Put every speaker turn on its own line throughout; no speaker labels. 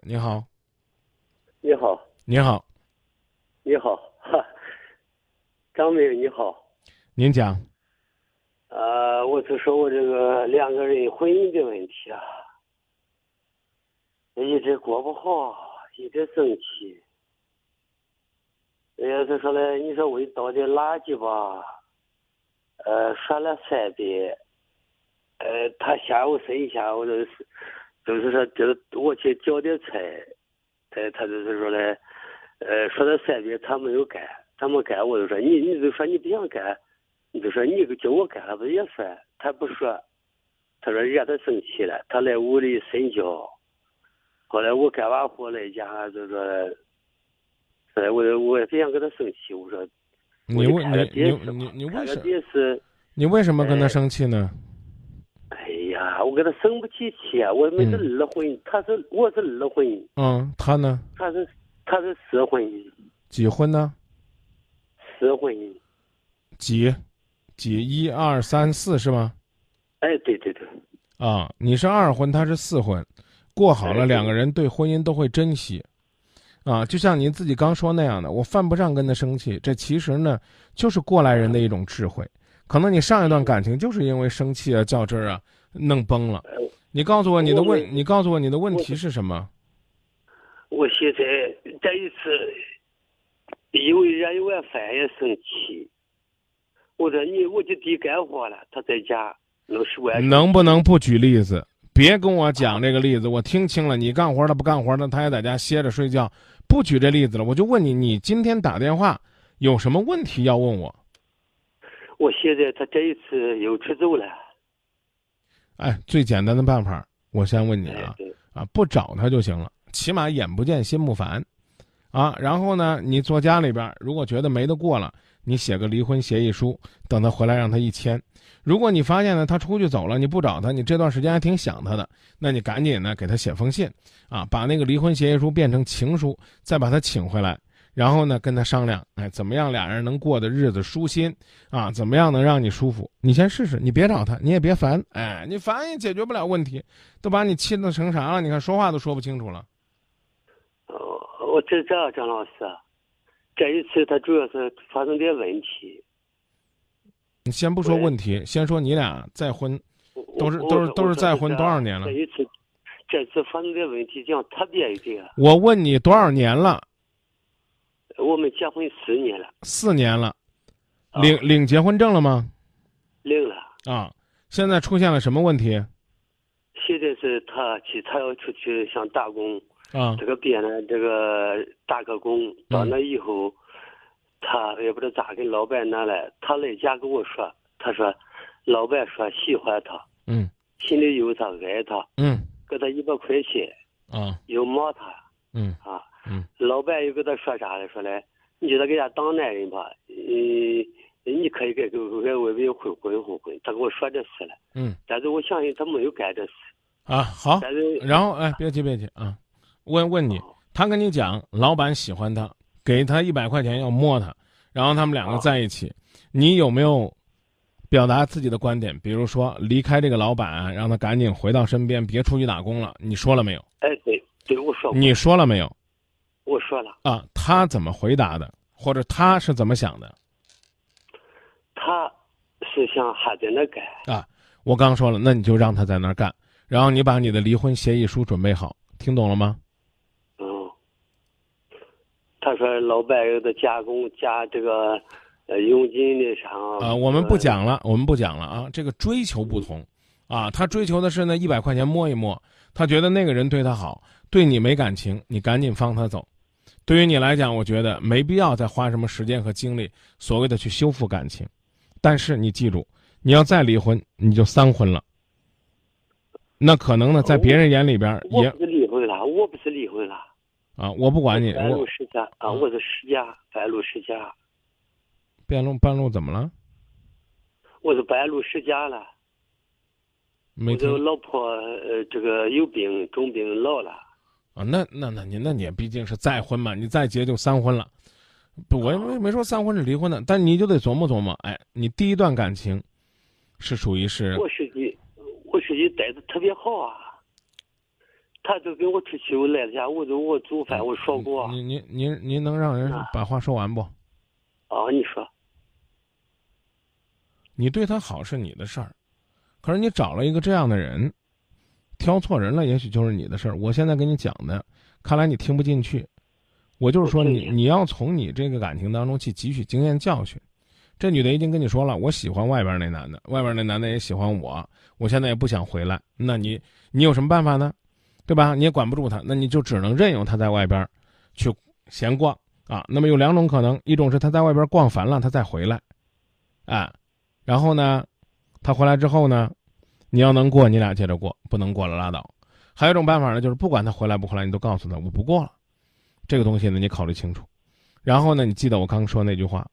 你好，
你好，
您好，
你好，哈，张明你好，
您讲，
呃，我是说我这个两个人婚姻的问题啊，一直过不好，一直生气。哎呀，就说嘞，你说我一倒的垃圾吧，呃，摔了三遍，呃，他下午睡一下午就是，就是说就是我去叫点菜，他他就是说嘞，呃，说了三遍他没有干，他没干，我就说你你就说你不想干，你就说你就叫我干了不也算？他不说，他说惹他生气了，他来屋里睡觉。后来我干完活来家就说，哎，我我也不想跟他生气，我说，我
你
就
为
看个
你
电视
你
吧
你你
看
为
个
什
电视。
你为什么跟他
哎
生气呢？
哎呀，我跟他生不起气啊！我们是
嗯
二婚，他是我是二婚，
嗯，他呢？
他是他是四婚，
几婚呢？
四婚。
几？几？一二三四是吗？
哎，对对对，
啊，你是二婚，他是四婚，过好了，
哎对
两个人对婚姻都会珍惜，啊，就像您自己刚说那样的，我犯不上跟他生气，这其实呢就是过来人的一种智慧。可能你上一段感情就是因为生气啊、较真儿啊，弄崩了。你告诉我你的
哎我
问，你告诉我你的问
我
题是什么？
我现在这一次因为热一碗饭也生气，我说你我就地干活了，他在家弄十块钱。
能不能不举例子？别跟我讲这个例子，我听清了。你干活他不干活呢，他也在家歇着睡觉，不举这例子了。我就问你，你今天打电话有什么问题要问我？
我现在他这一次又出走了。
哎，最简单的办法，我先问你
哎
啊，
对，
啊，不找他就行了，起码眼不见心不烦，啊，然后呢，你坐家里边儿，如果觉得没得过了，你写个离婚协议书，等他回来让他一签。如果你发现呢他出去走了，你不找他，你这段时间还挺想他的，那你赶紧呢给他写封信，啊，把那个离婚协议书变成情书，再把他请回来。然后呢，跟他商量，哎，怎么样俩人能过的日子舒心啊？怎么样能让你舒服？你先试试，你别找他，你也别烦，哎，你烦也解决不了问题，都把你气得成啥了？你看说话都说不清楚了。
哦，我这这样张老师，这一次他主要是发生点问题。
你先不说
对
问题，先说你俩再婚，都是
我
都是
我
都是
我
再婚多少年了
这一次，这次发生的问题讲特别一点，
我问你多少年了？
我们结婚十年了，
四年了，
啊
领领结婚证了吗？
领了。
啊，现在出现了什么问题？
现在是他去，他要出去想打工，
啊
这个别呢，这个打个工，到
嗯
那以后，他也不知道咋跟老板拿来，他来家跟我说，他说，老板说喜欢他，
嗯
心里有他爱他，
嗯
给他一百块钱，
啊
又骂他
嗯
啊，
嗯
老板又跟他说啥了？说嘞，你就他给他当男人吧，嗯，你可以给给给外面混混混混。他跟我说这事了，
嗯
但是我相信他没有干这事。
啊好，
但是
然后哎，别急别急啊，问问你，
哦
他跟你讲，老板喜欢他，给他一百块钱要摸他，然后他们两个在一起，你有没有表达自己的观点？比如说离开这个老板，啊让他赶紧回到身边，别出去打工了。你说了没有？
哎，对对，我说过
你说了没有？
我说了，
啊，他怎么回答的？或者他是怎么想的？
他是想还在那干。
啊，我刚说了，那你就让他在那儿干，然后你把你的离婚协议书准备好，听懂了吗？
嗯，他说老板有的加工加这个呃佣金的啥
啊，我们不
呃
讲了，我们不讲了啊，这个追求不同，啊，他追求的是那一百块钱摸一摸，他觉得那个人对他好，对你没感情，你赶紧放他走。对于你来讲，我觉得没必要再花什么时间和精力，所谓的去修复感情。但是你记住，你要再离婚，你就三婚了。那可能呢，在别人眼里边儿
哦我
也
不是离婚了，我不是离婚了。
啊，我不管你，
半路
我
世家啊，
嗯
我是世家，半路世家，
半路半路怎么了？
我是半路世家了。
没
我
听
的老婆呃，这个有病，重病老了。
啊，那那那你那你也毕竟是再婚嘛，你再结就三婚了。不，
哦
我也没没说三婚是离婚的，但你就得琢磨琢磨，哎，你第一段感情是属于是
我实际，我实际待的特别好啊，他就跟我出去我来了下，我就我做饭
嗯
我说过啊
您您您您能让人
啊
把话说完不？
啊，你说
你对他好是你的事儿，可是你找了一个这样的人，挑错人了，也许就是你的事儿。我现在跟你讲的，看来你听不进去。我就是说
我听
你，你
见
要从你这个感情当中去汲取经验教训。这女的已经跟你说了，我喜欢外边那男的，外边那男的也喜欢我，我现在也不想回来。那你你有什么办法呢？对吧？你也管不住他，那你就只能任由他在外边去闲逛啊。那么有两种可能，一种是他在外边逛烦了，他再回来，啊，然后呢，他回来之后呢，你要能过，你俩接着过；不能过了拉倒。还有一种办法呢，就是不管他回来不回来，你都告诉他我不过了。这个东西呢，你考虑清楚。然后呢，你记得我刚说那句话，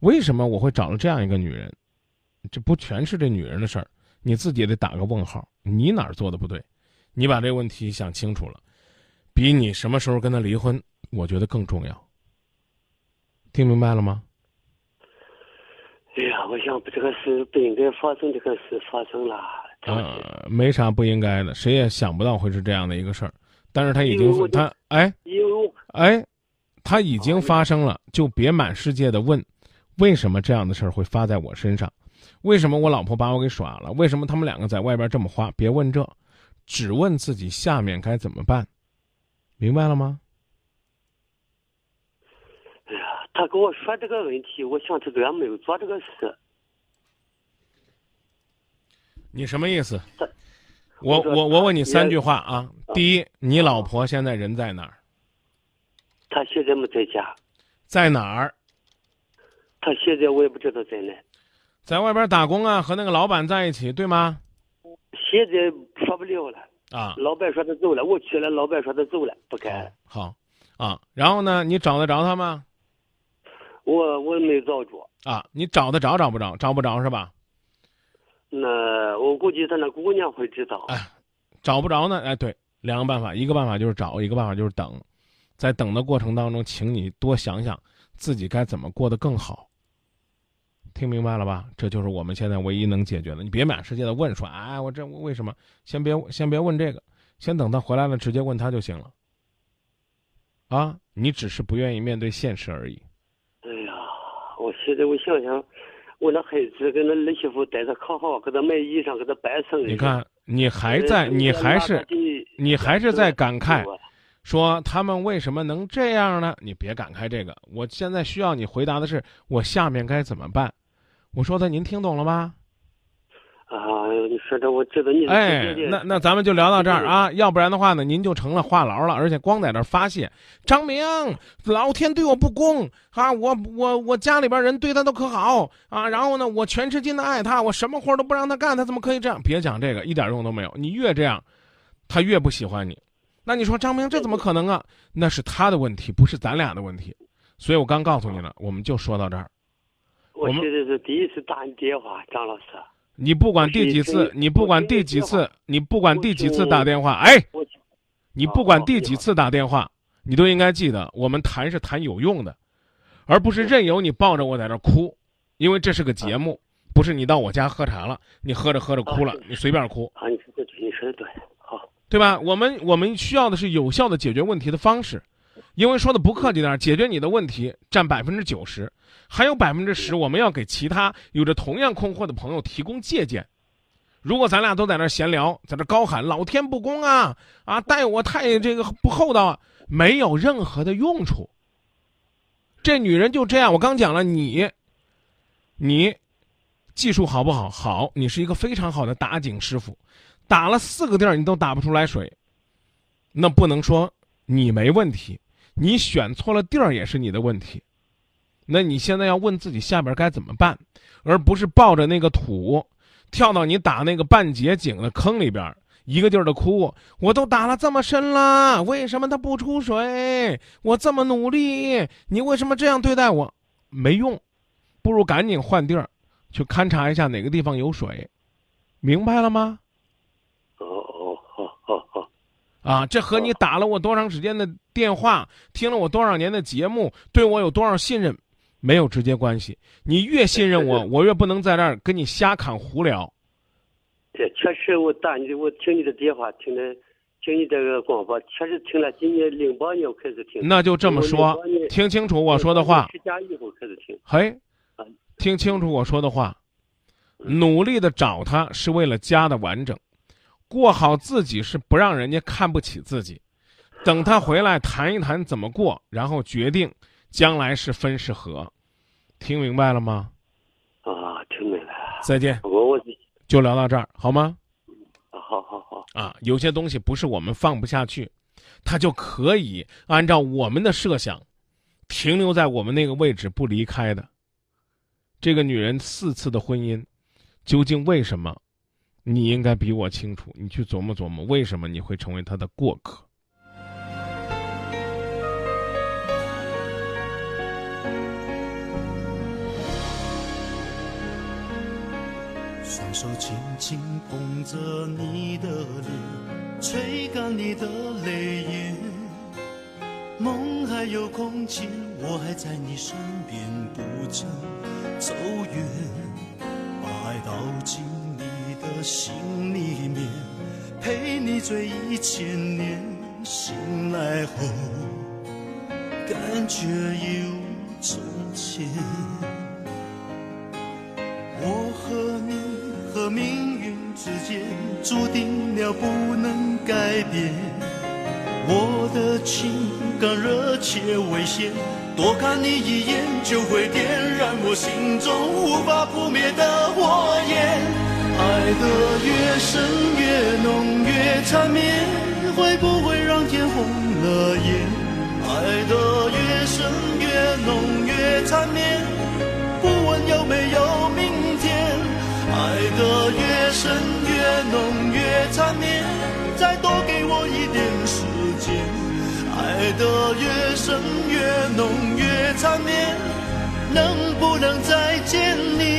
为什么我会找了这样一个女人？这不全是这女人的事儿，你自己也得打个问号，你哪儿做的不对？你把这个问题想清楚了，比你什么时候跟他离婚，我觉得更重要。听明白了吗？
哎呀，我想这个事不应该发生，这个事发生了，对不起
呃，没啥不应该的，谁也想不到会是这样的一个事儿。但是他已
因为
经
嗯我就
他哎
因为我
哎，他已
哦
经发生了，就别满世界的问，为什么这样的事儿会发在我身上？为什么我老婆把我给耍了？为什么他们两个在外边这么花？别问这，只问自己下面该怎么办，明白了吗？
他跟我说这个问题，我想他怎么没有做这个事？
你什么意思
这？
我
我说
我我问你
也
三句话啊！第一，你老婆现在人在哪儿？
他现在没在家，
在哪儿？
他现在我也不知道在哪。
在外边打工啊，和那个老板在一起，对吗？
现在说不了了，
啊，
老板说他走了，我去了，老板说他走了，不干了。
好，啊，然后呢，你找得着他吗？
我我没找着，
啊，你找得着找不着？找不着是吧？
那我估计他那姑娘会知道。
哎找不着呢？哎，对，两个办法，一个办法就是找，一个办法就是等。在等的过程当中，请你多想想自己该怎么过得更好。听明白了吧？这就是我们现在唯一能解决的。你别满世界的问说，哎，我这为什么？先别先别问这个，先等他回来了，直接问他就行了。啊，你只是不愿意面对现实而已。
哎呀，我现在我想想，我那孩子跟那儿媳妇待着可好，给他买衣裳，给他摆哎成。
你看，你还
呃
在，你还是你还是在感慨，说他们为什么能这样呢？你别感慨这个，我现在需要你回答的是，我下面该怎么办？我说的您听懂了吗？
啊！你说这我知道你是
哎
姐姐，
那那咱们就聊到这儿啊，要不然的话呢，您就成了话痨了，而且光在那儿发泄。张明，老天对我不公啊！我我我家里边人对他都可好啊，然后呢，我全身心的爱他，我什么活都不让他干，他怎么可以这样？别讲这个，一点用都没有。你越这样，他越不喜欢你。那你说张明这怎么可能啊？那是他的问题，不是咱俩的问题。所以我刚告诉你了，我们就说到这儿。
我
我们
现在是第一次打你电话，张老师，
你不管第几
我
次
是，
你不管第几
我
次，你不管第几次打电话，哎，
我
你不管第几次打电话，你都应该记得，我们谈是谈有用的，而不是任由你抱着我在那儿哭，因为这是个节目，不是你到我家喝茶了，你喝着喝着哭了
啊是，
你随便哭，
啊，你说的对，你说的对，好，
对吧？我们我们需要的是有效的解决问题的方式，因为说的不客气点儿，解决你的问题占百分之九十，还有百分之十我们要给其他有着同样困惑的朋友提供借鉴。如果咱俩都在那儿闲聊，在那儿高喊“老天不公啊啊，待我太这个不厚道啊”，没有任何的用处。这女人就这样，我刚讲了，你，你技术好不好？好，你是一个非常好的打井师傅，打了四个地儿你都打不出来水，那不能说你没问题，你选错了地儿也是你的问题。那你现在要问自己下边该怎么办，而不是抱着那个土跳到你打那个半截井的坑里边儿，一个劲儿的哭。我都打了这么深了，为什么它不出水？我这么努力，你为什么这样对待我？没用，不如赶紧换地儿，去勘察一下哪个地方有水，明白了吗？
哦哦，好好好，
啊，这和你打了我多长时间的电话，听了我多少年的节目，对我有多少信任，没有直接关系。你越信任我，我越不能在这儿跟你瞎侃胡聊。
这确实我打你的，我听你的电话听的。听你这个广播，确实听了，今年零八年我开始听。
那就这么说，听清楚我说的话。
十加以后开始听。
嘿，听清楚我说的话，努力的找他是为了家的完整，过好自己是不让人家看不起自己。等他回来谈一谈怎么过，然后决定将来是分是合，听明白了吗？
啊，听明白了。
再见，
我我
就聊到这儿好吗？
好好好。
啊，有些东西不是我们放不下去，它就可以按照我们的设想，停留在我们那个位置不离开的。这个女人四次的婚姻，究竟为什么？你应该比我清楚，你去琢磨琢磨，为什么你会成为她的过客。
双手轻轻捧着你的脸，吹干你的泪眼。梦还有空气，我还在你身边，不曾走远。把爱倒进你的心里面，陪你醉一千年。醒来后，感觉已无从前。我和你和命运之间，注定了不能改变。我的情更热切危险，多看你一眼就会点燃我心中无法扑灭的火焰。爱得越深越浓越缠绵，会不会让天红了眼？爱得越深越浓越缠绵，不问有没有明。爱得越深越浓越缠绵，再多给我一点时间。爱得越深越浓越缠绵，能不能再见你？